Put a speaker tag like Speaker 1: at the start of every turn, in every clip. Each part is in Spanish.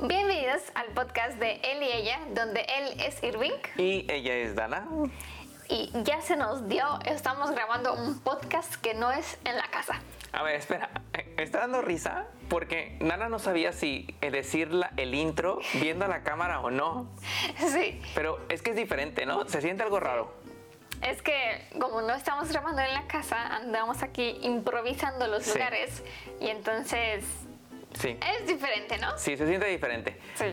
Speaker 1: Bienvenidos al podcast de Él y Ella, donde él es Irving
Speaker 2: Y ella es Dana.
Speaker 1: y ya se nos dio, estamos grabando un podcast que no es en la casa.
Speaker 2: A ver, espera. eh, Me está dando risa porque Dana no sabía si eh, decir la- el intro viendo a la cámara o no.
Speaker 1: Sí,
Speaker 2: Pero es que es diferente, ¿no? Se siente algo raro.
Speaker 1: es que como no estamos grabando en la casa, andamos aquí improvisando los
Speaker 2: Sí.
Speaker 1: lugares y entonces
Speaker 2: Sí.
Speaker 1: es diferente, ¿no?
Speaker 2: Sí, se siente diferente.
Speaker 1: Sí.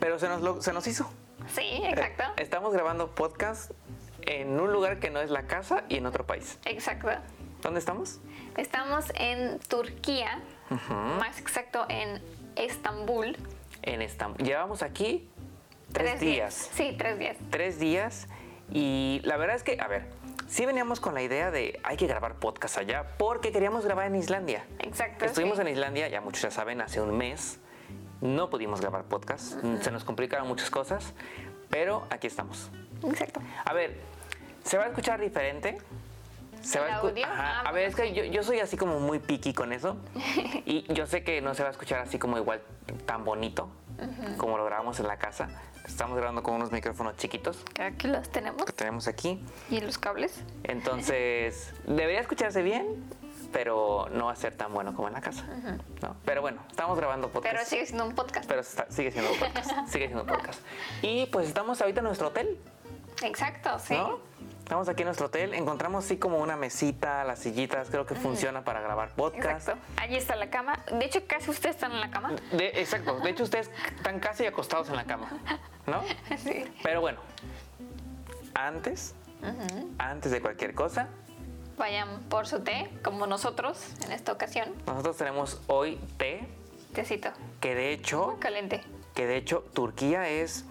Speaker 2: Pero se nos, lo- se nos hizo.
Speaker 1: Sí, exacto.
Speaker 2: Eh, Estamos grabando podcast en un lugar que no es la casa y en otro país.
Speaker 1: Exacto.
Speaker 2: ¿Dónde estamos?
Speaker 1: Estamos en Turquía, más exacto en Estambul.
Speaker 2: En Estambul. Llevamos aquí tres, días.
Speaker 1: Sí, tres días.
Speaker 2: tres días y la verdad es que, a ver, sí veníamos con la idea de hay que grabar podcast allá porque queríamos grabar en Islandia.
Speaker 1: Exacto.
Speaker 2: Estuvimos
Speaker 1: Ah, sí.
Speaker 2: en Islandia, ya muchos ya saben, hace un mes. No pudimos grabar podcast, se nos complicaron muchas cosas, pero aquí estamos.
Speaker 1: Exacto.
Speaker 2: A ver, ¿se va a escuchar diferente? ¿Se
Speaker 1: ¿El
Speaker 2: va a escu-
Speaker 1: audio?
Speaker 2: Ajá,
Speaker 1: Ah,
Speaker 2: a ver, es que yo, yo soy así como muy picky con eso y yo sé que no se va a escuchar así como igual tan bonito como lo grabamos en la casa. Estamos grabando con unos micrófonos chiquitos
Speaker 1: Aquí los tenemos.
Speaker 2: que tenemos aquí.
Speaker 1: Y los cables.
Speaker 2: Entonces, debería escucharse bien, pero no va a ser tan bueno como en la casa. ¿no? Pero bueno, estamos grabando podcast.
Speaker 1: Pero sigue siendo un podcast.
Speaker 2: Pues Pero está- sigue siendo un podcast. sigue siendo un podcast. Y pues estamos ahorita en nuestro hotel,
Speaker 1: Exacto, sí.
Speaker 2: ¿no? Estamos aquí en nuestro hotel. Encontramos sí como una mesita, las sillitas, creo que funciona para grabar podcast.
Speaker 1: Exacto. Allí está la cama. De hecho, casi ustedes están en la cama.
Speaker 2: De, exacto. De hecho, ustedes están casi acostados en la cama, ¿no?
Speaker 1: Sí.
Speaker 2: Pero bueno, antes, antes de cualquier cosa,
Speaker 1: Vayan por su té, como nosotros en esta ocasión.
Speaker 2: nosotros tenemos hoy té
Speaker 1: Tecito.
Speaker 2: que de hecho,
Speaker 1: Muy caliente.
Speaker 2: que de hecho Turquía es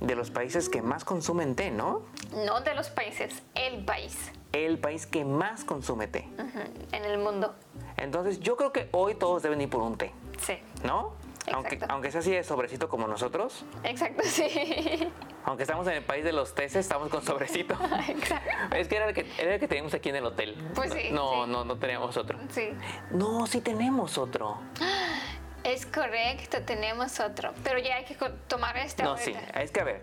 Speaker 2: de los países que más consumen té, ¿no?
Speaker 1: No de los países, el país
Speaker 2: El país que más consume té.
Speaker 1: Ujú, en el mundo.
Speaker 2: Entonces yo creo que hoy todos deben ir por un té,
Speaker 1: Sí.
Speaker 2: ¿no? Aunque,
Speaker 1: Exacto.
Speaker 2: aunque sea así de sobrecito como nosotros,
Speaker 1: Exacto, sí.
Speaker 2: aunque estamos en el país de los tés, estamos con sobrecito.
Speaker 1: Exacto.
Speaker 2: es que era el que, era el que teníamos aquí en el hotel.
Speaker 1: Pues sí,
Speaker 2: No,
Speaker 1: sí.
Speaker 2: no, no teníamos otro.
Speaker 1: Sí.
Speaker 2: No, sí tenemos otro.
Speaker 1: Es correcto, tenemos otro. Pero ya hay que co- tomar este
Speaker 2: No, sí,
Speaker 1: ahorita.
Speaker 2: es que a ver,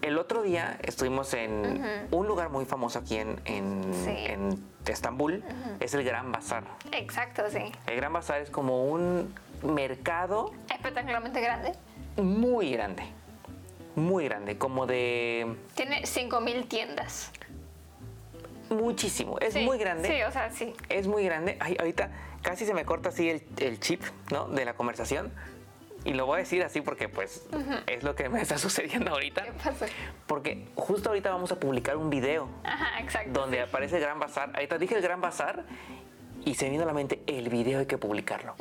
Speaker 2: el otro día estuvimos en un lugar muy famoso aquí en, en,
Speaker 1: Sí.
Speaker 2: en Estambul, es el Gran Bazar.
Speaker 1: Exacto, sí.
Speaker 2: El Gran Bazar es como un mercado
Speaker 1: Espectacularmente grande.
Speaker 2: muy grande, muy grande, como de
Speaker 1: Tiene 5.000 tiendas.
Speaker 2: muchísimo, es
Speaker 1: Sí,
Speaker 2: muy grande.
Speaker 1: Sí, o sea, sí.
Speaker 2: Es muy grande. Ay, ahorita casi se me corta así el, el chip, ¿no? De la conversación. Y lo voy a decir así porque pues es lo que me está sucediendo ahorita.
Speaker 1: ¿Qué pasó?
Speaker 2: Porque justo ahorita vamos a publicar un video
Speaker 1: Ajá, exacto.
Speaker 2: donde aparece el Gran Bazar. Ahorita dije el Gran Bazar y se me vino a la mente el video hay que publicarlo.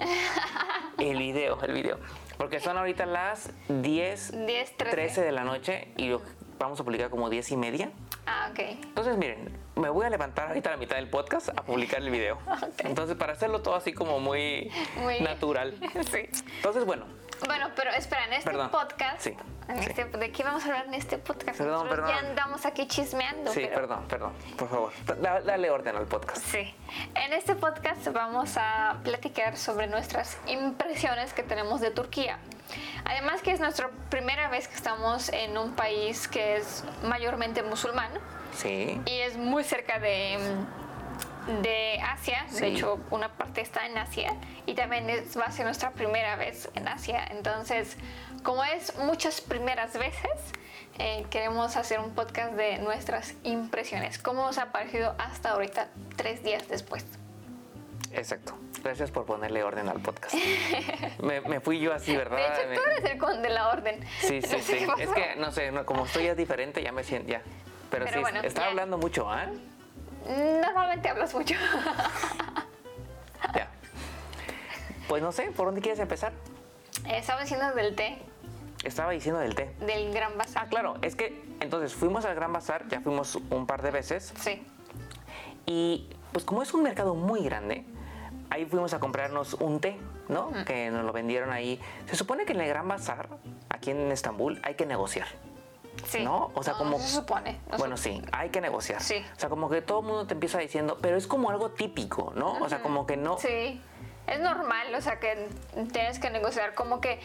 Speaker 2: El video, el video. Porque son ahorita las 10,
Speaker 1: 10, 13.
Speaker 2: 13 de la noche y lo vamos a publicar como 10 y media.
Speaker 1: Ah, ok.
Speaker 2: Entonces, miren, me voy a levantar ahorita a la mitad del podcast a publicar el video. Entonces, para hacerlo todo así como muy,
Speaker 1: Muy bien.
Speaker 2: natural.
Speaker 1: Sí.
Speaker 2: Entonces, bueno,
Speaker 1: Bueno, pero espera, en este
Speaker 2: Perdón.
Speaker 1: podcast.
Speaker 2: Sí,
Speaker 1: en
Speaker 2: sí.
Speaker 1: este- ¿De qué vamos a hablar en este podcast?
Speaker 2: Perdón,
Speaker 1: Nosotros Ya
Speaker 2: perdón.
Speaker 1: andamos aquí chismeando.
Speaker 2: sí,
Speaker 1: pero-
Speaker 2: perdón, perdón, por favor. Da- dale orden al podcast.
Speaker 1: Sí. En este podcast vamos a platicar sobre nuestras impresiones que tenemos de Turquía. Además que es nuestra primera vez que estamos en un país que es mayormente musulmán
Speaker 2: Sí.
Speaker 1: y es muy cerca de, mm, de Asia.
Speaker 2: Sí.
Speaker 1: De hecho, una parte está en Asia y también es, va a ser nuestra primera vez en Asia. Entonces, como es muchas primeras veces, eh, queremos hacer un podcast de nuestras impresiones. ¿Cómo os ha parecido hasta ahorita, tres días después?
Speaker 2: Exacto. Gracias por ponerle orden al podcast. Me, me fui yo así, ¿verdad?
Speaker 1: De hecho,
Speaker 2: Me-
Speaker 1: tú eres el con de la orden.
Speaker 2: Sí,
Speaker 1: No sé
Speaker 2: sí, sí.
Speaker 1: qué pasó.
Speaker 2: Es que, no sé, no, como estoy ya diferente, ya me siento, ya. Pero,
Speaker 1: Pero
Speaker 2: sí,
Speaker 1: bueno,
Speaker 2: estaba
Speaker 1: ya.
Speaker 2: hablando mucho, ¿ah?
Speaker 1: Normalmente hablas mucho. Eh,
Speaker 2: Ya. Pues no sé, ¿por dónde quieres empezar?
Speaker 1: Eh, Estaba diciendo del té,
Speaker 2: Estaba diciendo del té.
Speaker 1: del gran bazar.
Speaker 2: Ah, claro, es que entonces fuimos al Gran Bazar, ya fuimos un par de veces,
Speaker 1: Sí.
Speaker 2: y pues como es un mercado muy grande, ahí fuimos a comprarnos un té, ¿no? Que nos lo vendieron ahí. Se supone que en el Gran Bazar, aquí en Estambul, hay que negociar.
Speaker 1: Sí.
Speaker 2: No, o sea, como-
Speaker 1: se supone. No se-
Speaker 2: Bueno, sí, hay que negociar.
Speaker 1: Sí.
Speaker 2: O sea, como que todo el mundo te empieza diciendo, pero es como algo típico, ¿no? O sea, como que no,
Speaker 1: Sí. es normal, o sea, que tienes que negociar. Como que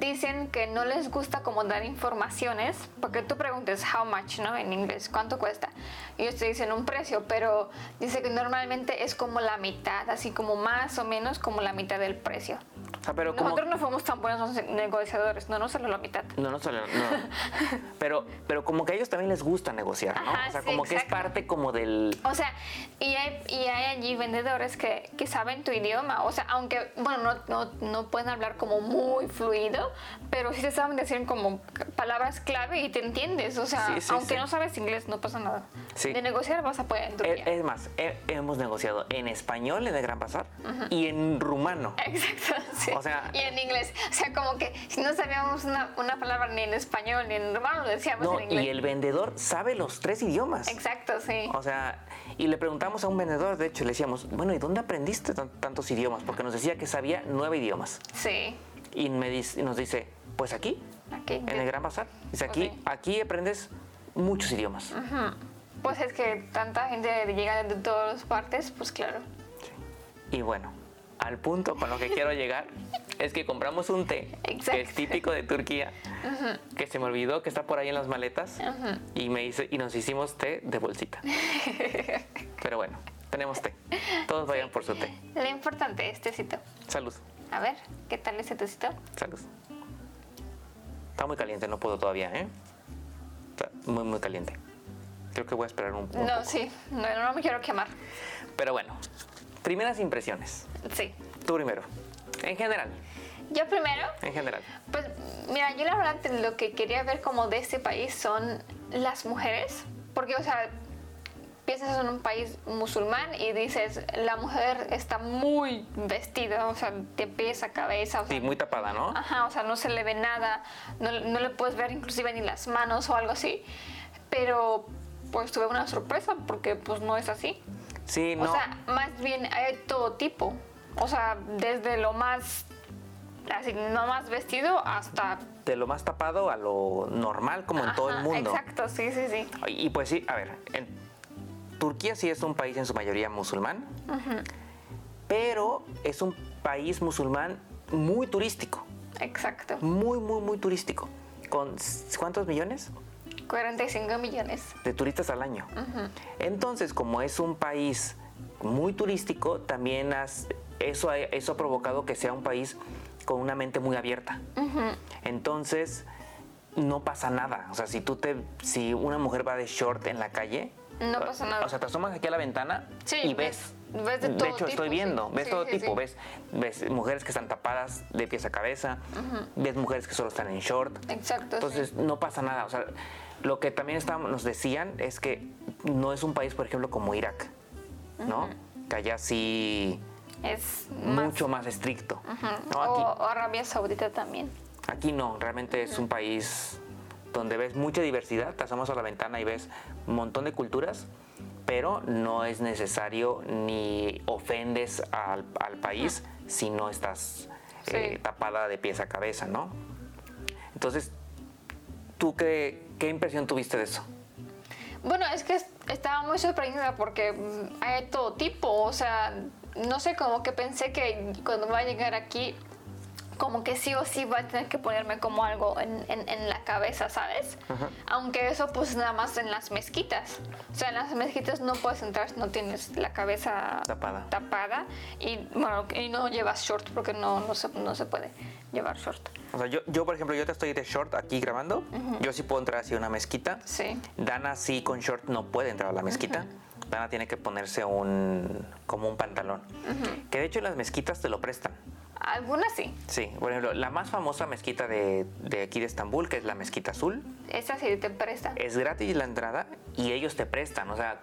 Speaker 1: dicen que no les gusta como dar informaciones, porque tú preguntes how much, ¿no? En inglés, ¿cuánto cuesta? Y ellos te dicen un precio, pero dice que normalmente es como la mitad, así como más o menos como la mitad del precio.
Speaker 2: Ah, pero como-
Speaker 1: Nosotros no fuimos tan buenos negociadores, no, no solo la mitad.
Speaker 2: No, no solo. no. Pero, pero como que a ellos también les gusta negociar, ¿no?
Speaker 1: Ajá,
Speaker 2: o sea,
Speaker 1: sí,
Speaker 2: como que es
Speaker 1: exacto.
Speaker 2: parte como del.
Speaker 1: O sea, y hay, y hay allí vendedores que, que saben tu idioma. O sea, aunque, bueno, no, no, no pueden hablar como muy fluido, pero sí te saben decir como palabras clave y te entiendes. O sea,
Speaker 2: Sí, sí,
Speaker 1: aunque
Speaker 2: sí.
Speaker 1: no sabes inglés, no pasa nada.
Speaker 2: Sí.
Speaker 1: De negociar vas a poder en tu
Speaker 2: Eh,
Speaker 1: día.
Speaker 2: Es más, he- hemos negociado en español en el Gran Bazar y en rumano.
Speaker 1: Exacto, sí.
Speaker 2: O sea-
Speaker 1: y en inglés. O sea, como que si no sabíamos una, una palabra ni en español ni en romano, lo decíamos
Speaker 2: No,
Speaker 1: en inglés.
Speaker 2: y el vendedor sabe los tres idiomas.
Speaker 1: Exacto, sí.
Speaker 2: O sea, y le preguntamos a un vendedor, de hecho, le decíamos, bueno, ¿y dónde aprendiste tan- tantos idiomas? Porque nos decía que sabía nueve idiomas.
Speaker 1: Sí.
Speaker 2: Y, me dice- y nos dice, pues aquí,
Speaker 1: Aquí.
Speaker 2: en el Gran Bazar. Dice, aquí,
Speaker 1: Ok.
Speaker 2: aquí aprendes muchos idiomas.
Speaker 1: Pues es que tanta gente llega de todas partes, pues claro.
Speaker 2: Y bueno, al punto con lo que quiero llegar es que compramos un té que es
Speaker 1: Exacto.
Speaker 2: típico de Turquía, que se me olvidó que está por ahí en las maletas y me hice y nos hicimos té de bolsita. Pero bueno, tenemos té. Todos vayan por su té.
Speaker 1: Lo importante es tecito.
Speaker 2: Salud,
Speaker 1: A ver, ¿qué tal ese tecito?
Speaker 2: salud. Está muy caliente, no puedo todavía, ¿eh? Está muy muy caliente. Creo que voy a esperar un, un
Speaker 1: No,
Speaker 2: poco.
Speaker 1: sí, no, no me quiero quemar.
Speaker 2: Pero bueno, primeras impresiones.
Speaker 1: Sí.
Speaker 2: Tú primero. En general,
Speaker 1: Yo primero,
Speaker 2: en general.
Speaker 1: pues mira, yo la verdad lo que quería ver como de este país son las mujeres, porque o sea, piensas en un país musulmán y dices, la mujer está muy vestida, o sea, de pies a cabeza, o sea,
Speaker 2: Sí, muy tapada, ¿no?
Speaker 1: Ajá, o sea, no se le ve nada, no, no le puedes ver inclusive ni las manos o algo así. Pero pues tuve una sorpresa porque pues no es así.
Speaker 2: Sí,
Speaker 1: O
Speaker 2: no.
Speaker 1: sea, más bien hay de todo tipo. O sea, desde lo más, así, no más vestido hasta...
Speaker 2: de lo más tapado a lo normal como en todo el
Speaker 1: Ajá,
Speaker 2: mundo.
Speaker 1: Exacto, sí, sí, sí.
Speaker 2: Y y pues sí, a ver, en- Turquía sí es un país en su mayoría musulmán, pero es un país musulmán muy turístico,
Speaker 1: Exacto.
Speaker 2: muy, muy, muy turístico. ¿Con s- cuántos millones?
Speaker 1: 45 millones.
Speaker 2: de turistas al año. Entonces, como es un país muy turístico, también has- eso, ha, eso ha provocado que sea un país con una mente muy abierta. Entonces, no pasa nada. O sea, si tú te, si una mujer va de short en la calle,
Speaker 1: No
Speaker 2: o-
Speaker 1: pasa nada.
Speaker 2: O sea, te asomas aquí a la ventana
Speaker 1: Sí,
Speaker 2: y ves.
Speaker 1: ves- ves de todo
Speaker 2: hecho, estoy
Speaker 1: tipo, sí.
Speaker 2: viendo, ves
Speaker 1: Sí,
Speaker 2: todo
Speaker 1: sí,
Speaker 2: tipo,
Speaker 1: sí.
Speaker 2: ves, ves mujeres que están tapadas de pies a cabeza, ves mujeres que solo están en short.
Speaker 1: Exacto. sí.
Speaker 2: Entonces no pasa nada. O sea, lo que también estábamos- nos decían es que no es un país, por ejemplo, como Irak, ¿no? Que allá sí
Speaker 1: es más...
Speaker 2: mucho más estricto. No,
Speaker 1: o,
Speaker 2: aquí,
Speaker 1: o Arabia Saudita también.
Speaker 2: aquí no, realmente es un país donde ves mucha diversidad, te asomas a la ventana y ves un montón de culturas, pero no es necesario ni ofendes al, al país si no estás
Speaker 1: Sí.
Speaker 2: eh, tapada de pies a cabeza, ¿no? Entonces, ¿tú qué, qué impresión tuviste de eso?
Speaker 1: Bueno, es que es- estaba muy sorprendida porque mm, hay de todo tipo, o sea, no sé, como que pensé que cuando va a llegar aquí, como que sí o sí va a tener que ponerme como algo en, en- en la cabeza, ¿sabes? Aunque eso pues nada más en las mezquitas. O sea, en las mezquitas no puedes entrar si no tienes la cabeza
Speaker 2: Tapada.
Speaker 1: tapada y, bueno, y no llevas short porque no, no, se, no se puede llevar short.
Speaker 2: O sea, yo, yo, por ejemplo, yo te estoy de short aquí grabando. Yo sí puedo entrar así a una mezquita.
Speaker 1: Sí.
Speaker 2: Dana sí con short no puede entrar a la mezquita. Dana tiene que ponerse un como un pantalón. Que de hecho las mezquitas te lo prestan.
Speaker 1: Algunas sí.
Speaker 2: Sí, por ejemplo, la más famosa mezquita de, de aquí de Estambul, que es la Mezquita Azul,
Speaker 1: Esas sí te prestan.
Speaker 2: es gratis la entrada y ellos te prestan. O sea,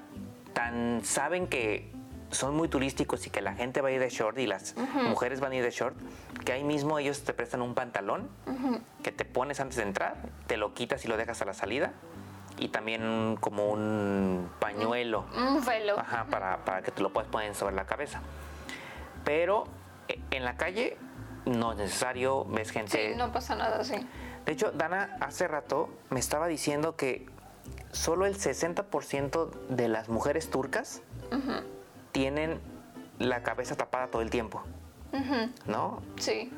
Speaker 2: tan saben que son muy turísticos y que la gente va a ir de short y las mujeres van a ir de short, que ahí mismo ellos te prestan un pantalón que te pones antes de entrar, te lo quitas y lo dejas a la salida y también un- como un pañuelo
Speaker 1: Un velo.
Speaker 2: ajá, para, para que te lo puedas poner sobre la cabeza. Pero eh, en la calle no es necesario, ves gente
Speaker 1: Sí, no pasa nada, sí.
Speaker 2: de hecho, Dana hace rato me estaba diciendo que solo el 60% de las mujeres turcas tienen la cabeza tapada todo el tiempo.
Speaker 1: Ujú.
Speaker 2: ¿no?
Speaker 1: Sí.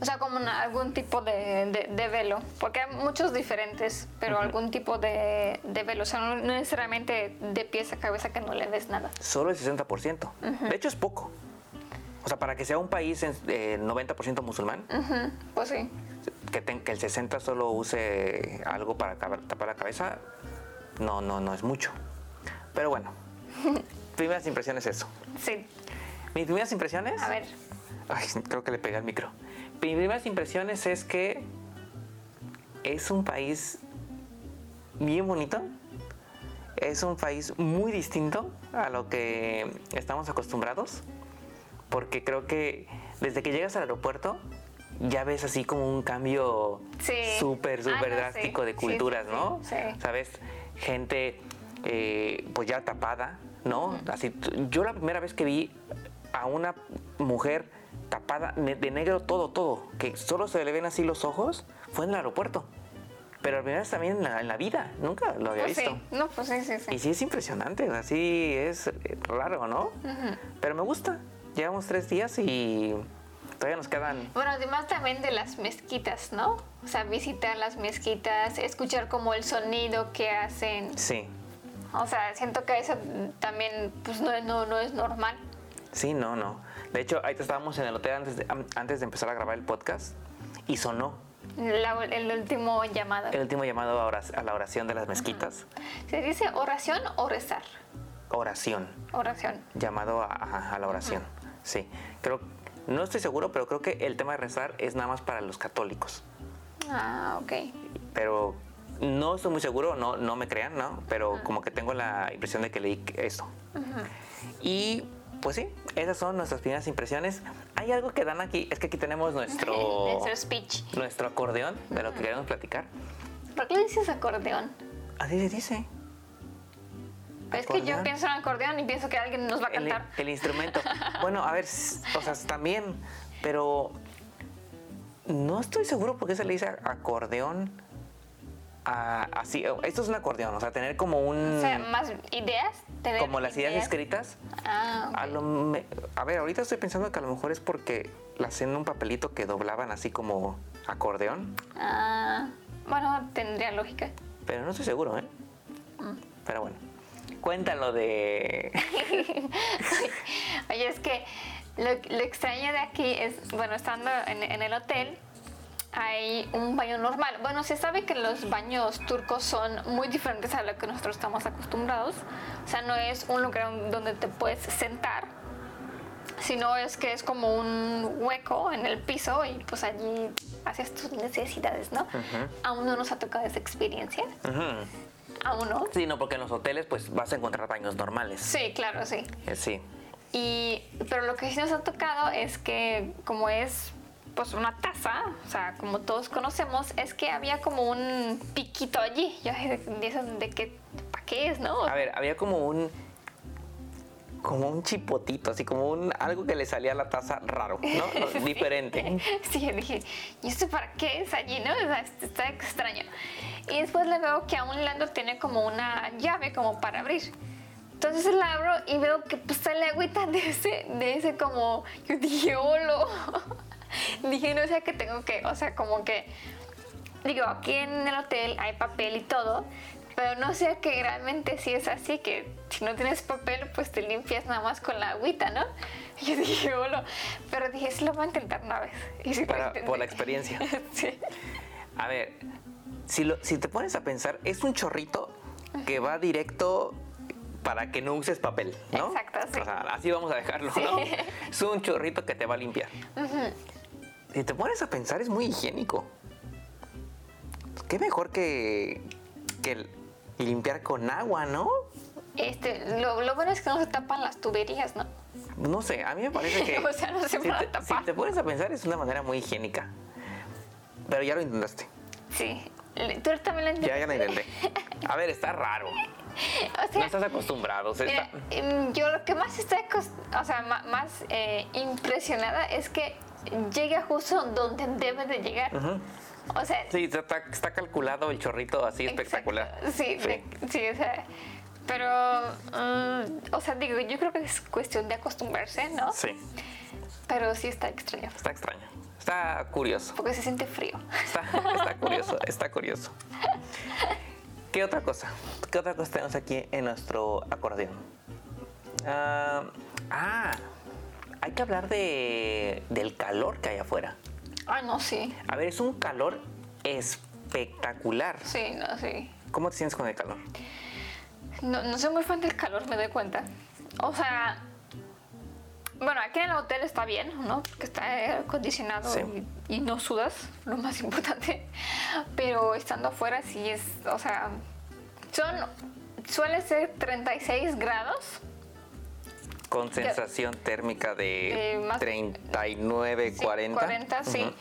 Speaker 1: O sea, como una- algún tipo de, de- de velo. Porque hay muchos diferentes, pero algún tipo de, de velo. O sea, no, no necesariamente de pies a cabeza que no le ves nada.
Speaker 2: Solo el 60%. De hecho, es poco. O sea, para que sea un país en- eh, 90% musulmán,
Speaker 1: Ujú, Pues sí.
Speaker 2: que, ten- que el 60 solo use algo para cab- tapar la cabeza, no, no, no es mucho. Pero bueno, primeras impresiones eso.
Speaker 1: Sí.
Speaker 2: Mis primeras impresiones,
Speaker 1: A ver.
Speaker 2: ay, creo que le pegué al micro. Mis primeras impresiones es que es un país bien bonito, es un país muy distinto a lo que estamos acostumbrados, porque creo que desde que llegas al aeropuerto ya ves así como un cambio
Speaker 1: Sí.
Speaker 2: súper,
Speaker 1: Ah,
Speaker 2: súper
Speaker 1: no, sí.
Speaker 2: drástico de
Speaker 1: Sí,
Speaker 2: culturas,
Speaker 1: sí,
Speaker 2: ¿no?
Speaker 1: sí, sí.
Speaker 2: ¿Sabes? Gente eh, pues ya tapada, ¿no? Así, t- yo la primera vez que vi a una mujer tapada ne- de negro todo, todo, que solo se le ven así los ojos, fue en el aeropuerto. Pero la primera vez también en la, en la vida, nunca lo había
Speaker 1: Pues
Speaker 2: visto.
Speaker 1: sí. No, pues sí, sí, sí.
Speaker 2: Y sí es impresionante, así es eh, raro, ¿no?
Speaker 1: Ujú.
Speaker 2: Pero me gusta. Llevamos tres días y todavía nos quedan.
Speaker 1: Bueno, además también de las mezquitas, ¿no? O sea, visitar las mezquitas, escuchar como el sonido que hacen.
Speaker 2: Sí,
Speaker 1: O sea, siento que eso también pues no, no, no es normal.
Speaker 2: sí, no, no. De hecho, ahí estábamos en el hotel antes de, am- antes de empezar a grabar el podcast y sonó
Speaker 1: La- el último llamado.
Speaker 2: el último llamado a, oras- a la oración de las mezquitas.
Speaker 1: ¿Se dice oración o rezar?
Speaker 2: Oración.
Speaker 1: Oración.
Speaker 2: Llamado a, ajá, a la oración. Sí. Creo, no estoy seguro, pero creo que el tema de rezar es nada más para los católicos.
Speaker 1: Ah, ok.
Speaker 2: pero no estoy muy seguro, no, no me crean, ¿no? Pero como que tengo la impresión de que leí esto. Y pues sí, esas son nuestras primeras impresiones. Hay algo que dan aquí, es que aquí tenemos nuestro,
Speaker 1: Nuestro speech.
Speaker 2: nuestro acordeón de lo que queremos platicar.
Speaker 1: ¿Por qué le dices acordeón?
Speaker 2: Así se dice.
Speaker 1: Es que yo
Speaker 2: Acordeón.
Speaker 1: pienso en acordeón y pienso que alguien nos va a
Speaker 2: El,
Speaker 1: cantar.
Speaker 2: el instrumento. Bueno, a ver, s- o sea, también, pero no estoy seguro por qué se le dice acordeón a- así. Esto es un acordeón, o sea, tener como un...
Speaker 1: O sea, más ideas. tener
Speaker 2: Mm. como las ideas escritas.
Speaker 1: Ah, ok.
Speaker 2: A, lo me- a ver, ahorita estoy pensando que a lo mejor es porque las hacían en un papelito que doblaban así como acordeón,
Speaker 1: Ah, bueno, tendría lógica.
Speaker 2: pero no estoy seguro, ¿eh?
Speaker 1: Mm.
Speaker 2: Pero bueno, cuéntalo de...
Speaker 1: Oye, es que lo, lo extraño de aquí es, bueno, estando en, en el hotel, hay un baño normal. Bueno, se sabe que los baños turcos son muy diferentes a lo que nosotros estamos acostumbrados. O sea, no es un lugar donde te puedes sentar, sino es que es como un hueco en el piso y pues allí haces tus necesidades, ¿no? Aún no nos ha tocado esa experiencia,
Speaker 2: Ujú.
Speaker 1: aún no.
Speaker 2: Sí, no, porque en los hoteles pues vas a encontrar baños normales.
Speaker 1: Sí, claro, sí.
Speaker 2: Eh, Sí.
Speaker 1: Y, pero lo que sí nos ha tocado es que como es pues una taza, o sea, como todos conocemos, es que había como un piquito allí. Yo dije, ¿de, eso de qué? ¿Para qué es, no?
Speaker 2: A ver, había como un... Como un chipotito, así como un algo que le salía a la taza raro, ¿no? No, Diferente.
Speaker 1: Sí, yo dije, ¿y esto para qué es allí, no? O sea, est- está extraño. Y después le veo que a un lado tiene como una llave como para abrir. Entonces la abro y veo que pues, sale agüita de ese, de ese como, yo dije, holo. dije, no sé que tengo que, o sea, como que, digo, aquí en el hotel hay papel y todo, pero no sé que realmente si es así, que si no tienes papel, pues te limpias nada más con la agüita, ¿no? Y yo dije, holo. Pero dije, sí lo voy a intentar una vez. Y sí lo
Speaker 2: Para-
Speaker 1: intenté.
Speaker 2: por la experiencia.
Speaker 1: sí.
Speaker 2: A ver, si, lo- si te pones a pensar, es un chorrito que va directo para que no uses papel, ¿no?
Speaker 1: Exacto, sí.
Speaker 2: O sea, así vamos a dejarlo, ¿no? Es un chorrito que te va a limpiar. Si te pones a pensar, es muy higiénico. Qué mejor que, que el- limpiar con agua, ¿no?
Speaker 1: Este, lo, lo bueno es que no se tapan las tuberías, ¿no?
Speaker 2: No sé, a mí me parece que...
Speaker 1: O sea, no se
Speaker 2: si
Speaker 1: van a
Speaker 2: te-
Speaker 1: tapar.
Speaker 2: si te pones a pensar, es una manera muy higiénica. Pero ya lo intentaste.
Speaker 1: Sí. Le- Tú también lo
Speaker 2: Ya,
Speaker 1: intentas.
Speaker 2: ya lo intenté. A ver, está raro.
Speaker 1: O sea,
Speaker 2: No estás acostumbrado. o sea,
Speaker 1: Mira,
Speaker 2: está-
Speaker 1: em, yo lo que más estoy acos- o sea, ma- más eh, impresionada es que llega justo donde debe de llegar. O sea,
Speaker 2: Sí, está, está- está calculado el chorrito así espectacular.
Speaker 1: exacto. Sí,
Speaker 2: Sí.
Speaker 1: de- sí, o sea, pero, mm, o sea, digo, yo creo que es cuestión de acostumbrarse, ¿no?
Speaker 2: Sí.
Speaker 1: Pero sí está extraño.
Speaker 2: Está extraño. Está curioso.
Speaker 1: Porque se siente frío.
Speaker 2: Está, está curioso, está curioso. ¿Qué otra cosa? ¿Qué otra cosa tenemos aquí en nuestro acordeón? Ah, ah, hay que hablar de, del calor que hay afuera.
Speaker 1: Ah, no, sí.
Speaker 2: A ver, es un calor espectacular.
Speaker 1: Sí, no, sí.
Speaker 2: ¿Cómo te sientes con el calor?
Speaker 1: No, no soy muy fan del calor, me doy cuenta. O sea, bueno, aquí en el hotel está bien, ¿no? Porque está aire acondicionado
Speaker 2: Sí.
Speaker 1: y, y no sudas, lo más importante. Pero estando afuera sí es, o sea, son, suele ser 36 grados.
Speaker 2: Con sensación térmica de
Speaker 1: Eh, más-
Speaker 2: 39,
Speaker 1: sí,
Speaker 2: 40.
Speaker 1: 40, sí.
Speaker 2: Ujú.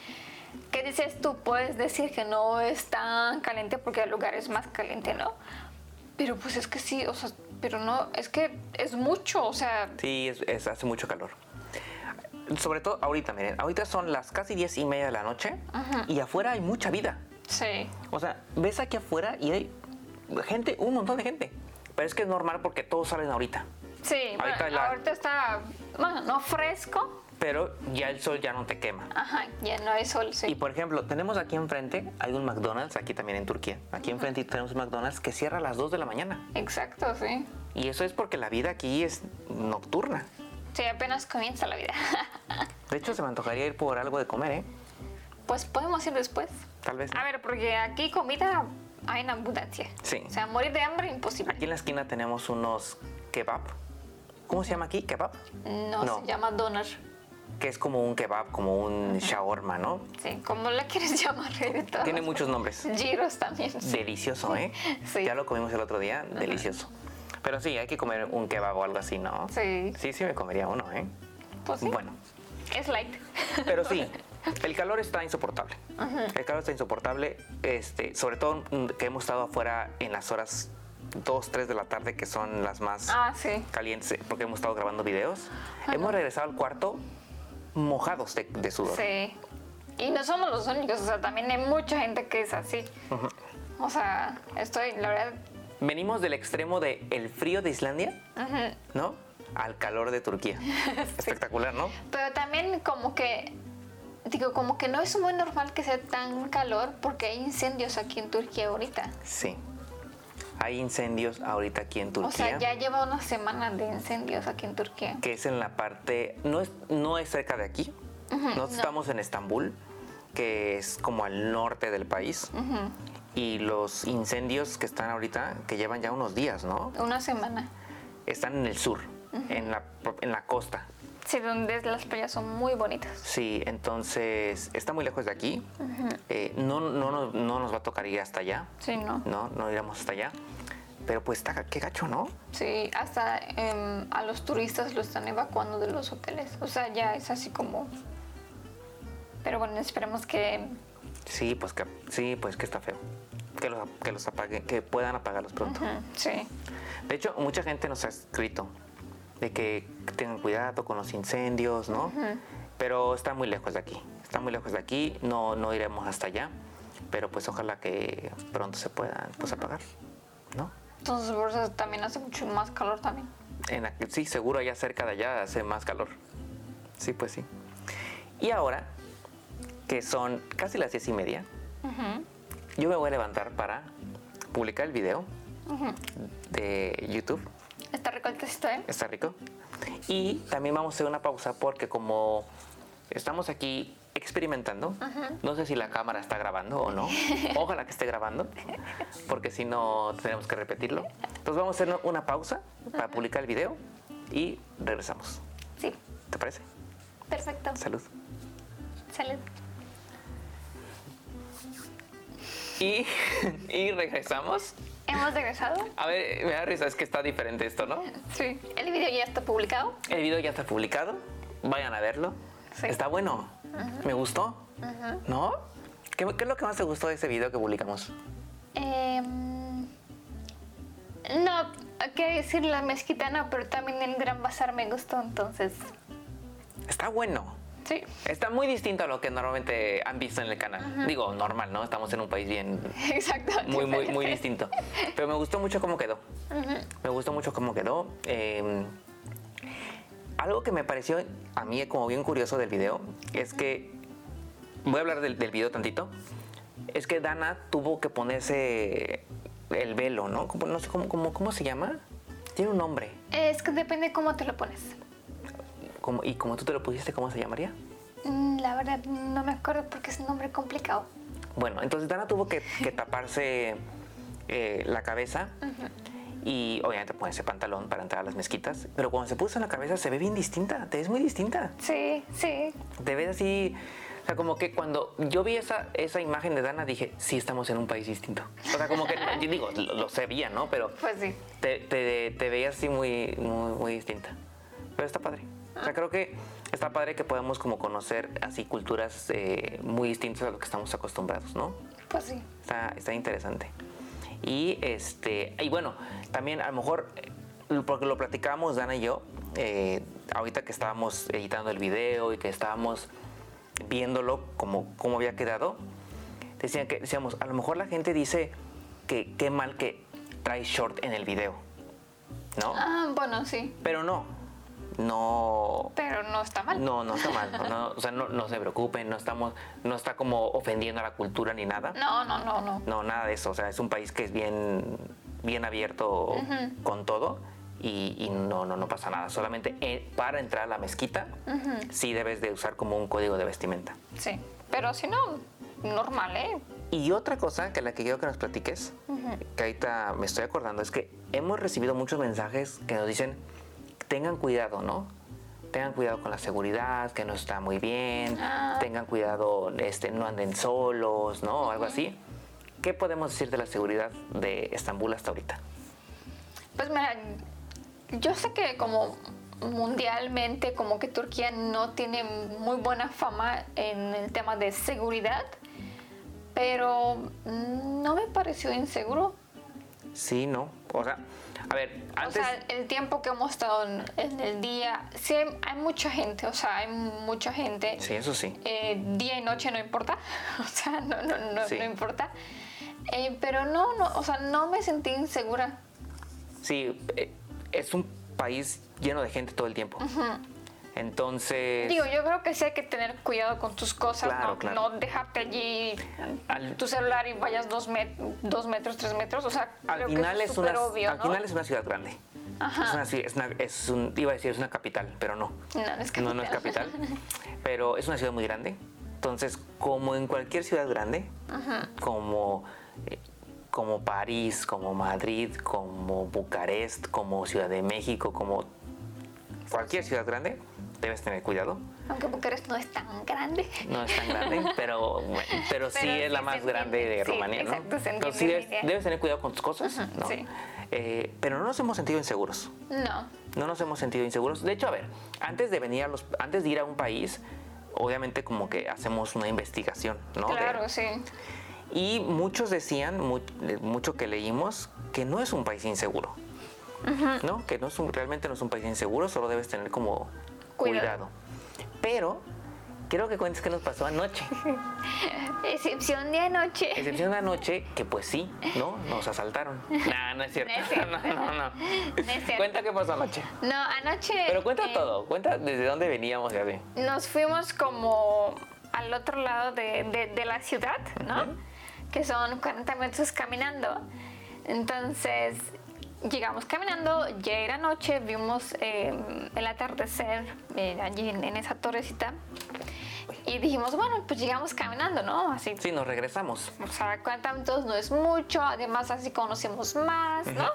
Speaker 1: ¿Qué dices tú? Puedes decir que no es tan caliente porque el lugar es más caliente, ¿no? Pero pues es que sí, o sea, pero no, es que es mucho, o sea,
Speaker 2: Sí, es- es- hace mucho calor. Sobre todo ahorita, miren, ahorita son las casi 10 y media de la noche y afuera hay mucha vida.
Speaker 1: sí.
Speaker 2: O sea, ves aquí afuera y hay gente, un montón de gente. Pero es que es normal porque todos salen ahorita.
Speaker 1: Sí, bueno,
Speaker 2: Ahorita la-
Speaker 1: ahorita está, bueno, no fresco,
Speaker 2: Pero ya el sol ya no te quema.
Speaker 1: Ajá, ya no hay sol,
Speaker 2: Y
Speaker 1: sí.
Speaker 2: por ejemplo, tenemos aquí enfrente, hay un McDonald's, aquí también en Turquía. Aquí enfrente tenemos un McDonald's que cierra a las 2 de la mañana.
Speaker 1: Exacto, sí.
Speaker 2: Y eso es porque la vida aquí es nocturna.
Speaker 1: Sí, apenas comienza la vida.
Speaker 2: De hecho, se me antojaría ir por algo de comer, ¿eh?
Speaker 1: Pues podemos ir después.
Speaker 2: Tal vez. ¿no?
Speaker 1: A ver, porque aquí comida hay en abundancia.
Speaker 2: Sí.
Speaker 1: O sea, morir de hambre imposible.
Speaker 2: Aquí en la esquina tenemos unos kebab. ¿Cómo se llama aquí? ¿Kebab?
Speaker 1: No,
Speaker 2: No.
Speaker 1: se llama donar.
Speaker 2: Que es como un kebab, como un shawarma, ¿no?
Speaker 1: Sí, como la quieres llamar. hay de todas.
Speaker 2: Tiene muchos nombres.
Speaker 1: Giros también. sí.
Speaker 2: Delicioso, ¿eh?
Speaker 1: Sí.
Speaker 2: Ya lo comimos el otro día, delicioso. Pero sí, hay que comer un kebab o algo así, ¿no?
Speaker 1: Sí.
Speaker 2: Sí, sí, me comería uno, ¿eh?
Speaker 1: Pues sí.
Speaker 2: Bueno,
Speaker 1: Es light.
Speaker 2: pero sí, el calor está insoportable. El calor está insoportable, este, sobre todo mm, que hemos estado afuera en las horas 2, 3 de la tarde, que son las más
Speaker 1: Ah, sí.
Speaker 2: calientes, eh, porque hemos estado grabando videos. Hemos regresado al cuarto mojados de, de sudor.
Speaker 1: Sí. Y no somos los únicos, o sea, también hay mucha gente que es así. O sea, estoy, la verdad,
Speaker 2: Venimos del extremo del el frío de Islandia, ¿no? Al calor de Turquía. Espectacular, ¿no?
Speaker 1: Pero también como que, digo, como que no es muy normal que sea tan calor porque hay incendios aquí en Turquía ahorita.
Speaker 2: Sí. Hay incendios ahorita aquí en Turquía.
Speaker 1: O sea, ya lleva una semana de incendios aquí en Turquía.
Speaker 2: que es en la parte, no es, no es cerca de aquí, no estamos en Estambul, que es como al norte del país, y los incendios que están ahorita, que llevan ya unos días, ¿no?
Speaker 1: Una semana.
Speaker 2: Están en el sur, en, la, pro- en la costa.
Speaker 1: Sí, donde las playas son muy bonitas.
Speaker 2: Sí, entonces está muy lejos de aquí, Eh, no, no, no, no nos va a tocar ir hasta allá,
Speaker 1: Sí, ¿no?
Speaker 2: no, no iremos hasta allá, pero pues está, qué gacho, ¿no?
Speaker 1: Sí, hasta em, a los turistas los están evacuando de los hoteles. O sea, ya es así como... Pero bueno, esperemos que...
Speaker 2: Sí, pues que, sí, pues que está feo. Que los, que los apaguen, que puedan apagarlos pronto.
Speaker 1: mm, Sí,
Speaker 2: De hecho, mucha gente nos ha escrito de que tengan cuidado con los incendios, ¿no? Pero está muy lejos de aquí. Está muy lejos de aquí, no, no iremos hasta allá. Pero pues ojalá que pronto se puedan pues, apagar, ¿no?
Speaker 1: entonces por eso también hace mucho más calor también.
Speaker 2: En aqu- sí, seguro allá cerca de allá hace más calor. Sí, pues sí. Y ahora, que son casi las diez y media, yo me voy a levantar para publicar el video de YouTube.
Speaker 1: Está rico el tecito, ¿eh?
Speaker 2: Está rico. Y también vamos a hacer una pausa porque como estamos aquí experimentando, no sé si la cámara está grabando o no. Ojalá que esté grabando, porque si no tenemos que repetirlo. Entonces vamos a hacer una pausa para publicar el video y regresamos.
Speaker 1: Sí,
Speaker 2: ¿Te parece?
Speaker 1: perfecto.
Speaker 2: Salud.
Speaker 1: Salud.
Speaker 2: Y, y regresamos.
Speaker 1: Hemos regresado.
Speaker 2: A ver, me da risa, es que está diferente esto, ¿no?
Speaker 1: Sí. El video ya está publicado.
Speaker 2: El video ya está publicado. Vayan a verlo.
Speaker 1: Sí.
Speaker 2: Está bueno. Me gustó. ¿No? ¿Qué, qué es lo que más te gustó de ese video que publicamos?
Speaker 1: Em, no, quiero decir la mezquita no, pero también el Gran Bazar me gustó, entonces.
Speaker 2: Está bueno.
Speaker 1: Sí.
Speaker 2: Está muy distinto a lo que normalmente han visto en el canal. Digo, normal, ¿no? Estamos en un país bien.
Speaker 1: Exacto.
Speaker 2: Muy, muy, muy
Speaker 1: diferente.
Speaker 2: distinto. Pero me gustó mucho cómo quedó. Me gustó mucho cómo quedó. Eh, Em, Algo que me pareció a mí como bien curioso del video es que, voy a hablar del, del video tantito, es que Dana tuvo que ponerse el velo, ¿no? Como- No sé cómo, cómo, cómo se llama. Tiene un nombre.
Speaker 1: Es que depende cómo te lo pones.
Speaker 2: Como- y como tú te lo pusiste, ¿cómo se llamaría?
Speaker 1: Mm, La verdad no me acuerdo porque es un nombre complicado.
Speaker 2: Bueno, entonces Dana tuvo que, que taparse eh, la cabeza y obviamente ponerse pantalón para entrar a las mezquitas. Pero cuando se puso en la cabeza se ve bien distinta, te ves muy distinta.
Speaker 1: Sí, sí.
Speaker 2: Te ves así, o sea, como que cuando yo vi esa, esa imagen de Dana dije, sí, estamos en un país distinto. O sea, como que, yo digo, lo, lo sabía, ¿no? Pero
Speaker 1: Pues sí.
Speaker 2: te, te, te veías así muy, muy, muy distinta. Pero está padre. O sea, creo que está padre que podamos como conocer así culturas eh, muy distintas a lo que estamos acostumbrados, ¿no?
Speaker 1: Pues sí.
Speaker 2: Está, está interesante. Y este y bueno, también a lo mejor, eh, porque lo platicábamos Dana y yo, eh, ahorita que estábamos editando el video y que estábamos viéndolo como, como había quedado, decían que, decíamos, a lo mejor la gente dice que qué mal que trae short en el video, ¿no?
Speaker 1: Ah, bueno, sí.
Speaker 2: Pero no, no,
Speaker 1: Pero no está mal.
Speaker 2: no, no está mal, no, o sea, no, no se preocupen, no estamos, no está como ofendiendo a la cultura ni nada.
Speaker 1: No, no, no, no.
Speaker 2: No, nada de eso. O sea, es un país que es bien, bien abierto con todo y, y no, no, no pasa nada. Solamente eh, para entrar a la mezquita sí debes de usar como un código de vestimenta.
Speaker 1: Sí. Pero si no, normal, ¿eh?
Speaker 2: Y otra cosa que la que quiero que nos platiques, que ahorita me estoy acordando, es que hemos recibido muchos mensajes que nos dicen, tengan cuidado, ¿no? Tengan cuidado con la seguridad, que no está muy bien,
Speaker 1: Ah.
Speaker 2: tengan cuidado, este, no anden solos, ¿no? Algo así. ¿Qué podemos decir de la seguridad de Estambul hasta ahorita?
Speaker 1: Pues mira, yo sé que como mundialmente como que Turquía no tiene muy buena fama en el tema de seguridad, pero no me pareció inseguro.
Speaker 2: Sí, ¿no? O sea, a ver, antes...
Speaker 1: O sea, el tiempo que hemos estado en, en el día, sí hay, hay mucha gente, o sea, hay mucha gente.
Speaker 2: sí, eso sí.
Speaker 1: Eh, día y noche no importa, o sea, no, no, no,
Speaker 2: Sí.
Speaker 1: no importa. Eh, pero no, no, o sea, no me sentí insegura.
Speaker 2: Sí, eh, es un país lleno de gente todo el tiempo. Entonces...
Speaker 1: Digo, yo creo que sí hay que tener cuidado con tus cosas,
Speaker 2: Claro,
Speaker 1: no, no
Speaker 2: claro.
Speaker 1: dejarte allí
Speaker 2: Al-
Speaker 1: tu celular y vayas dos, met- dos metros, tres metros, o sea,
Speaker 2: Al
Speaker 1: creo
Speaker 2: final,
Speaker 1: que eso es
Speaker 2: es una,
Speaker 1: súper obvio,
Speaker 2: al
Speaker 1: ¿no?
Speaker 2: final es una ciudad grande.
Speaker 1: Ajá.
Speaker 2: Es una ci- es una- es un- iba a decir, es una capital, pero no.
Speaker 1: No, no es
Speaker 2: No, no es capital. pero es una ciudad muy grande. Entonces, como en cualquier ciudad grande, como, eh, como París, como Madrid, como Bucarest, como Ciudad de México, como cualquier ciudad grande, debes tener cuidado.
Speaker 1: Aunque Bucarest no es tan grande.
Speaker 2: No es tan grande, pero, bueno, pero sí
Speaker 1: Pero
Speaker 2: es la
Speaker 1: sí
Speaker 2: más
Speaker 1: se
Speaker 2: grande
Speaker 1: entiende,
Speaker 2: de
Speaker 1: sí,
Speaker 2: Rumanía, ¿no?
Speaker 1: exacto, se
Speaker 2: Entonces,
Speaker 1: entiende la
Speaker 2: sí
Speaker 1: idea.
Speaker 2: debes, debes tener cuidado con tus cosas,
Speaker 1: Ujú,
Speaker 2: ¿no?
Speaker 1: sí.
Speaker 2: Eh, pero no nos hemos sentido inseguros.
Speaker 1: No,
Speaker 2: No nos hemos sentido inseguros. De hecho, a ver, antes de venir a los, antes de ir a un país, obviamente como que hacemos una investigación, ¿no? De-
Speaker 1: claro, sí.
Speaker 2: y muchos decían, mu- de- mucho que leímos, que no es un país inseguro. ¿No? Que no es un- realmente no es un país inseguro, solo debes tener como cuidado.
Speaker 1: Cuidado.
Speaker 2: Pero quiero que cuentes qué nos pasó anoche.
Speaker 1: Excepción de anoche.
Speaker 2: Excepción de anoche, que pues sí, ¿no? Nos asaltaron. No, no es cierto.
Speaker 1: No es cierto.
Speaker 2: No, no, no.
Speaker 1: es cierto.
Speaker 2: Cuenta qué pasó anoche.
Speaker 1: No, anoche.
Speaker 2: Pero cuenta
Speaker 1: eh,
Speaker 2: todo. Cuenta desde dónde veníamos y así.
Speaker 1: Nos fuimos como al otro lado de, de- de la ciudad, ¿no?
Speaker 2: Ujú.
Speaker 1: Que son 40 metros caminando. Entonces llegamos caminando, ya era noche, vimos eh, el atardecer eh, allí en, en esa torrecita. Y dijimos, bueno, pues llegamos caminando, ¿no? Así
Speaker 2: Sí, nos regresamos.
Speaker 1: o sea, 40 minutos no es mucho, además así conocemos más, ¿no?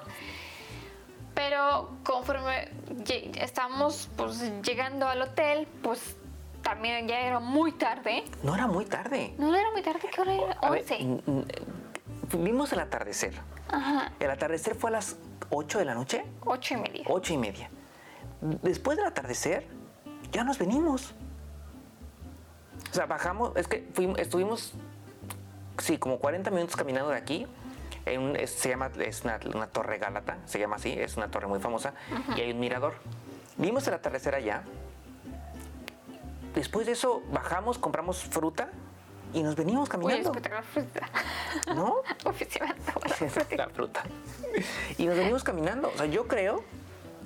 Speaker 1: Pero conforme lle- estamos pues, llegando al hotel, pues también ya era muy tarde.
Speaker 2: No era muy tarde.
Speaker 1: No, no era muy tarde, ¿qué hora era?
Speaker 2: A ver, mm.
Speaker 1: 11.
Speaker 2: n- n- vimos el atardecer.
Speaker 1: Ajá,
Speaker 2: El atardecer fue a las 8 de la noche,
Speaker 1: 8 y media.
Speaker 2: 8 y media. Después del atardecer, ya nos venimos. O sea, bajamos, es que fuimos, estuvimos, sí, como 40 minutos caminando de aquí. En un- es- se llama, es una, una torre gálata, se llama así, es una torre muy famosa. Y hay un mirador. Vimos el atardecer allá. Después de eso, bajamos, compramos fruta y nos venimos
Speaker 1: Voy a
Speaker 2: caminando.
Speaker 1: escuchar la fruta.
Speaker 2: ¿No?
Speaker 1: Oficina de la fruta.
Speaker 2: la fruta. Y nos venimos caminando. O sea, yo creo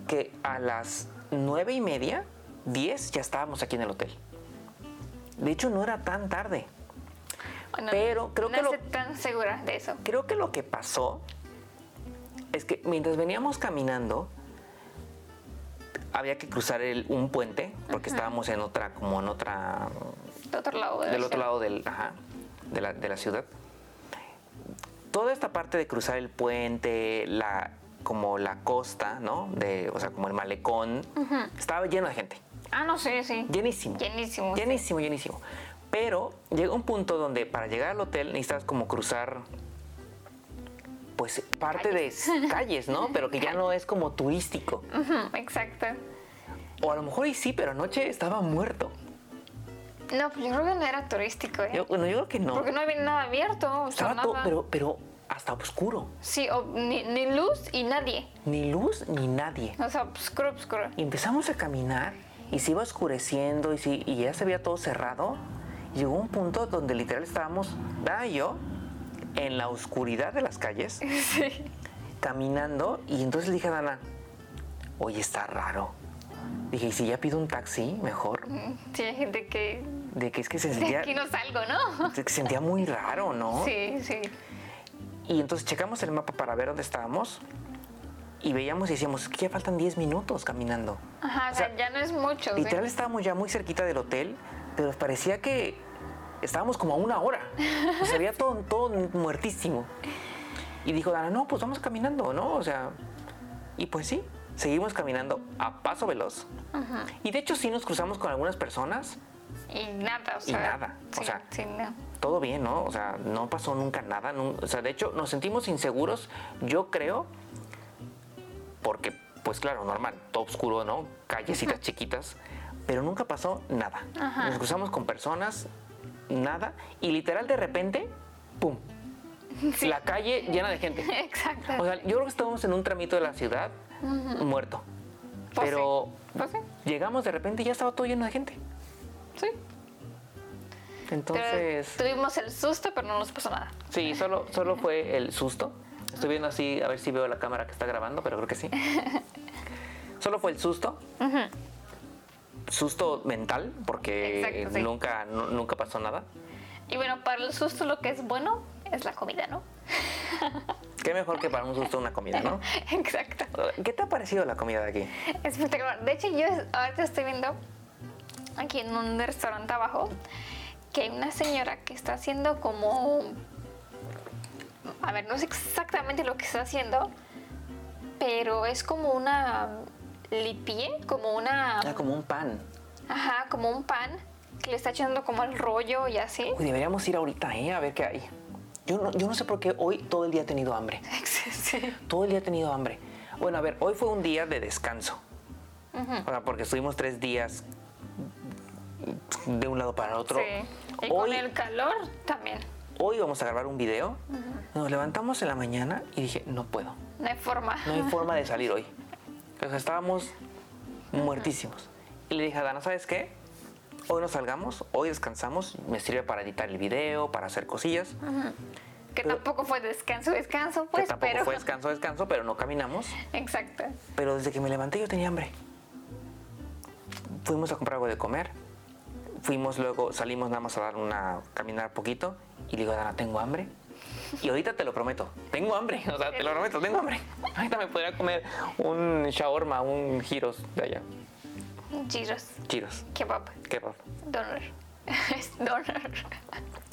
Speaker 2: que a las nueve y media, 10 ya estábamos aquí en el hotel. De hecho, no era tan tarde.
Speaker 1: Bueno,
Speaker 2: Pero creo
Speaker 1: no
Speaker 2: que lo-
Speaker 1: estoy tan segura de eso.
Speaker 2: Creo que lo que pasó es que mientras veníamos caminando, había que cruzar el- un puente, porque estábamos en otra, como en otra
Speaker 1: Del otro lado. de la
Speaker 2: del otro
Speaker 1: ciudad.
Speaker 2: lado del, ajá, de, la, de la ciudad. Toda esta parte de cruzar el puente, la, como la costa, ¿no? De, o sea, como el malecón, estaba lleno de gente.
Speaker 1: Ah, no sé, sí.
Speaker 2: Llenísimo.
Speaker 1: Llenísimo, sí.
Speaker 2: Llenísimo, llenísimo. Pero llega un punto donde para llegar al hotel necesitas como cruzar, pues, parte de calles, ¿no? Pero que ya no es como turístico.
Speaker 1: Ujú, exacto.
Speaker 2: O a lo mejor y sí, pero anoche estaba muerto.
Speaker 1: No, pues yo creo que no era turístico, ¿eh?
Speaker 2: Yo, bueno, yo creo que no.
Speaker 1: Porque no había nada abierto. o sea,
Speaker 2: Estaba todo,
Speaker 1: nada.
Speaker 2: pero, pero hasta oscuro.
Speaker 1: Sí, o- ni, ni luz y nadie.
Speaker 2: ni luz ni nadie.
Speaker 1: O sea, pues, oscuro, oscuro.
Speaker 2: Y empezamos a caminar y se iba oscureciendo y, sí- y ya se veía todo cerrado. Llegó un punto donde literal estábamos, Dada y yo, en la oscuridad de las calles,
Speaker 1: Sí.
Speaker 2: caminando. Y entonces le dije a Dana, oye, está raro. Dije, ¿y si ya pido un taxi mejor?
Speaker 1: Sí, hay gente que...
Speaker 2: De que es que se
Speaker 1: De
Speaker 2: sentía,
Speaker 1: aquí no salgo, ¿no?
Speaker 2: se sentía muy raro, ¿no?
Speaker 1: Sí, sí.
Speaker 2: Y entonces checamos el mapa para ver dónde estábamos y veíamos y decíamos, que ya faltan 10 minutos caminando.
Speaker 1: Ajá, o sea,
Speaker 2: sea,
Speaker 1: ya no es mucho. sí.
Speaker 2: Literal estábamos ya muy cerquita del hotel, pero parecía que estábamos como a una hora. O sea, había todo, todo muertísimo. Y dijo Dana, no, pues vamos caminando, ¿no? O sea, y pues sí, seguimos caminando a paso veloz. Y de hecho sí nos cruzamos con algunas personas,
Speaker 1: Y nada, o sea.
Speaker 2: nada, o
Speaker 1: sí,
Speaker 2: sea.
Speaker 1: sí, no.
Speaker 2: todo bien, ¿no? O sea, no pasó nunca nada. nun- o sea, de hecho nos sentimos inseguros, yo creo, porque, pues claro, normal, todo oscuro, ¿no? Callecitas chiquitas, pero nunca pasó nada.
Speaker 1: Ajá.
Speaker 2: Nos cruzamos con personas, nada, y literal de repente, ¡pum! La calle llena de gente.
Speaker 1: Exacto.
Speaker 2: O sea, yo creo que estábamos en un tramito de la ciudad muerto.
Speaker 1: Pues
Speaker 2: pero
Speaker 1: Pues sí,
Speaker 2: llegamos de repente y ya estaba todo lleno de gente.
Speaker 1: sí. Pero
Speaker 2: Entonces...
Speaker 1: tuvimos el susto, pero no nos pasó nada.
Speaker 2: Sí, solo, solo fue el susto. Estoy viendo así, a ver si veo la cámara que está grabando, pero creo que sí. Solo fue el susto. Susto mental, porque
Speaker 1: Exacto, sí.
Speaker 2: nunca, nu- nunca pasó nada.
Speaker 1: Y bueno, para el susto lo que es bueno es la comida, ¿no?
Speaker 2: Qué mejor que para un susto una comida, ¿no?
Speaker 1: Exacto.
Speaker 2: ¿Qué te ha parecido la comida de aquí?
Speaker 1: Espectacular. De hecho, yo ahorita estoy viendo aquí en un restaurante abajo que hay una señora que está haciendo como... A ver, no sé exactamente lo que está haciendo, pero es como una lipie, como una...
Speaker 2: Era como un pan.
Speaker 1: Ajá, como un pan que le está echando como el rollo y así.
Speaker 2: Uy, deberíamos ir ahorita, ¿eh? A ver qué hay. Yo no, yo no sé por qué hoy todo el día he tenido hambre.
Speaker 1: Sí.
Speaker 2: Todo el día he tenido hambre. Bueno, a ver, hoy fue un día de descanso. O sea, porque estuvimos tres días de un lado para el otro.
Speaker 1: Sí. Y con
Speaker 2: Hoy,
Speaker 1: el calor también.
Speaker 2: hoy vamos a grabar un video. Nos levantamos en la mañana y dije, no puedo.
Speaker 1: No hay forma.
Speaker 2: No hay forma de salir hoy. O sea, estábamos muertísimos. Y le dije a Dana, ¿sabes qué? Hoy no salgamos, hoy descansamos. Me sirve para editar el video, para hacer cosillas.
Speaker 1: que
Speaker 2: pero-
Speaker 1: tampoco fue descanso, descanso, pues,
Speaker 2: que tampoco
Speaker 1: pero.
Speaker 2: fue descanso, descanso, pero no caminamos.
Speaker 1: Exacto.
Speaker 2: Pero desde que me levanté yo tenía hambre. Fuimos a comprar algo de comer. Fuimos luego, salimos nada más a dar una caminar poquito. Y le digo, Dana, tengo hambre. Y ahorita te lo prometo, tengo hambre. O sea, te lo prometo, tengo hambre. Ahorita me podría comer un shawarma, un giros de allá.
Speaker 1: Giros,
Speaker 2: Giros,
Speaker 1: kebab,
Speaker 2: kebab.
Speaker 1: doner. Es doner.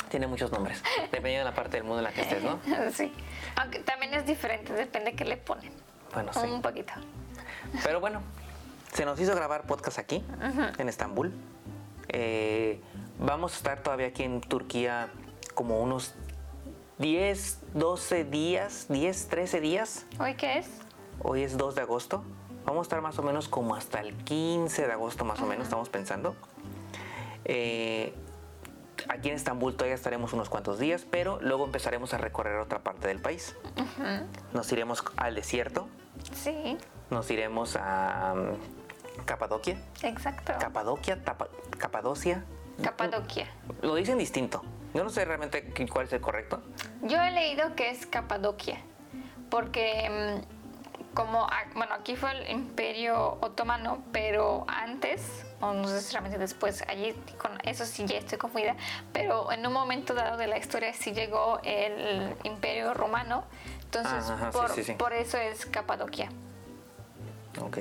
Speaker 2: Tiene muchos nombres, dependiendo de la parte del mundo en la que estés, ¿no?
Speaker 1: Sí. Aunque también es diferente, depende que le ponen.
Speaker 2: Bueno, sí.
Speaker 1: Un poquito.
Speaker 2: Pero bueno, se nos hizo grabar podcast aquí, en Estambul. Eh, vamos a estar todavía aquí en Turquía como unos 10, 12 días, 10, 13 días.
Speaker 1: ¿Hoy qué es?
Speaker 2: Hoy es 2 de agosto. Vamos a estar más o menos como hasta el 15 de agosto, más o menos, estamos pensando. Eh, aquí en Estambul todavía estaremos unos cuantos días, pero luego empezaremos a recorrer otra parte del país. Nos iremos al desierto,
Speaker 1: Sí,
Speaker 2: nos iremos a mm, Capadoquia.
Speaker 1: exacto.
Speaker 2: Capadoquia, Tapa- Capadocia.
Speaker 1: Capadoquia.
Speaker 2: Lo dicen distinto. Yo no sé realmente qué- cuál es el correcto.
Speaker 1: Yo he leído que es Capadoquia, porque mm, como, a- bueno, aquí fue el imperio otomano, pero antes, o no sé si realmente después, allí, con eso sí ya estoy confundida, pero en un momento dado de la historia sí llegó el imperio romano, entonces
Speaker 2: Ah, ajá, sí,
Speaker 1: por,
Speaker 2: sí, sí.
Speaker 1: por eso es Capadoquia.
Speaker 2: Ok.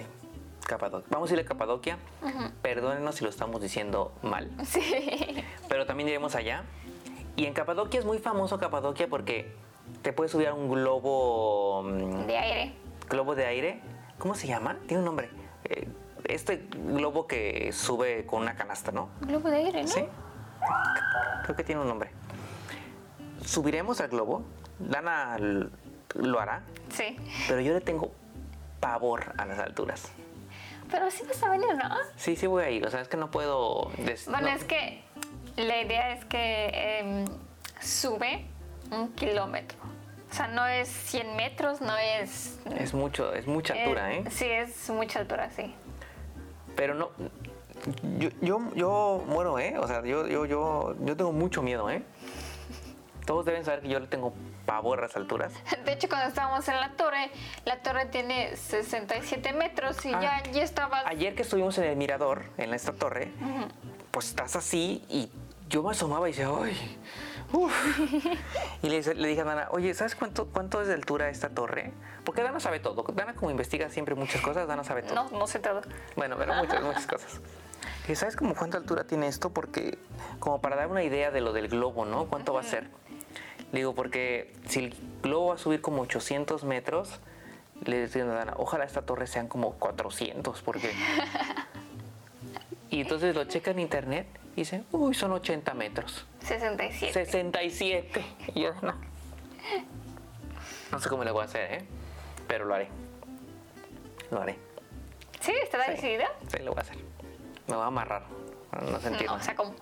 Speaker 2: Capadoquia. Vamos a ir a Capadoquia. Perdónenos si lo estamos diciendo mal.
Speaker 1: Sí,
Speaker 2: Pero también iremos allá. Y en Capadoquia es muy famoso Capadoquia porque te puedes subir a un globo. mm,
Speaker 1: de aire.
Speaker 2: globo de aire. ¿Cómo se llama? Tiene un nombre. Eh, este globo que sube con una canasta, ¿no?
Speaker 1: Globo de aire, ¿no?
Speaker 2: Sí. Creo que tiene un nombre. Subiremos al globo. Lana l- lo hará.
Speaker 1: Sí.
Speaker 2: Pero yo le tengo pavor a las alturas.
Speaker 1: Pero sí vas a venir, ¿no?
Speaker 2: Sí, sí voy a ir. O sea, es que no puedo... des-
Speaker 1: Bueno,
Speaker 2: no.
Speaker 1: es que la idea es que em, sube un kilómetro. O sea, no es 100 metros, no es...
Speaker 2: Es mucho, es mucha altura, ¿eh?
Speaker 1: Sí, es mucha altura, sí.
Speaker 2: Pero no... Yo, yo, yo muero, ¿eh? O sea, yo, yo, yo, yo tengo mucho miedo, ¿eh? Todos deben saber que yo le tengo pavor a las alturas.
Speaker 1: De hecho, cuando estábamos en la torre, la torre tiene 67 metros y
Speaker 2: Ah.
Speaker 1: ya, ya estaba...
Speaker 2: Ayer que estuvimos en el mirador, en esta torre, pues estás así y yo me asomaba y decía, ¡ay! uf". Y le, le dije a Dana, oye, ¿sabes cuánto, cuánto es de altura esta torre? Porque Dana sabe todo. Dana como investiga siempre muchas cosas, Dana sabe todo.
Speaker 1: No, no sé todo.
Speaker 2: Bueno, pero muchas, muchas cosas. Que ¿Sabes como cuánta altura tiene esto? Porque, como para dar una idea de lo del globo, ¿no? ¿Cuánto va a ser? Le Digo, porque si el globo va a subir como 800 metros, le digo a Dana, ojalá esta torre sean como 400, porque... Y entonces lo checa en internet y dice, uy, son 80 metros.
Speaker 1: 67.
Speaker 2: 67. Y yo, no. No sé cómo le voy a hacer, ¿eh? Pero lo haré. Lo haré.
Speaker 1: ¿Sí? ¿Está
Speaker 2: Sí.
Speaker 1: decidido?
Speaker 2: Sí, lo voy a hacer. Me voy a amarrar. No se entiende.
Speaker 1: No, o sea, ¿cómo?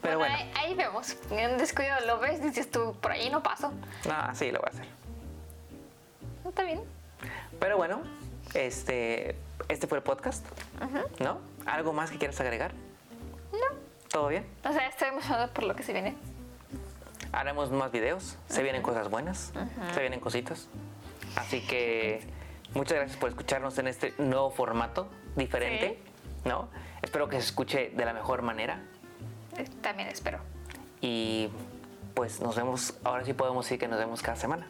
Speaker 2: Pero bueno.
Speaker 1: Ahí, ahí vemos. En un descuido lo ves, dices tú, por ahí no paso.
Speaker 2: No, sí, lo voy a hacer.
Speaker 1: Está bien.
Speaker 2: Pero bueno, este, este fue el podcast. ¿No? ¿Algo más que quieras agregar?
Speaker 1: No.
Speaker 2: ¿Todo bien?
Speaker 1: O sea, estoy emocionada por lo que se viene.
Speaker 2: Haremos más videos. Se vienen cosas buenas. Se vienen cositas. Así que muchas gracias por escucharnos en este nuevo formato diferente. ¿No? Espero que se escuche de la mejor manera.
Speaker 1: Eh, También espero.
Speaker 2: Y pues nos vemos. Ahora sí podemos decir que nos vemos cada semana.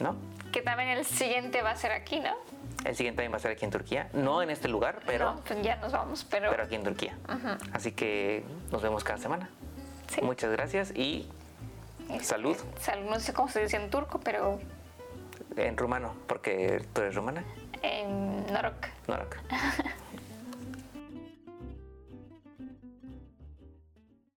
Speaker 2: ¿No?
Speaker 1: Que también el siguiente va a ser aquí, ¿no?
Speaker 2: El siguiente también va a ser aquí en Turquía. No en este lugar, pero,
Speaker 1: No, pues ya nos vamos, pero,
Speaker 2: pero aquí en Turquía. Así que nos vemos cada semana.
Speaker 1: Sí.
Speaker 2: Muchas gracias y
Speaker 1: eh,
Speaker 2: salud
Speaker 1: sal- no sé cómo se dice en turco, pero
Speaker 2: en rumano, porque tú eres rumana.
Speaker 1: en Norok.
Speaker 2: Norak.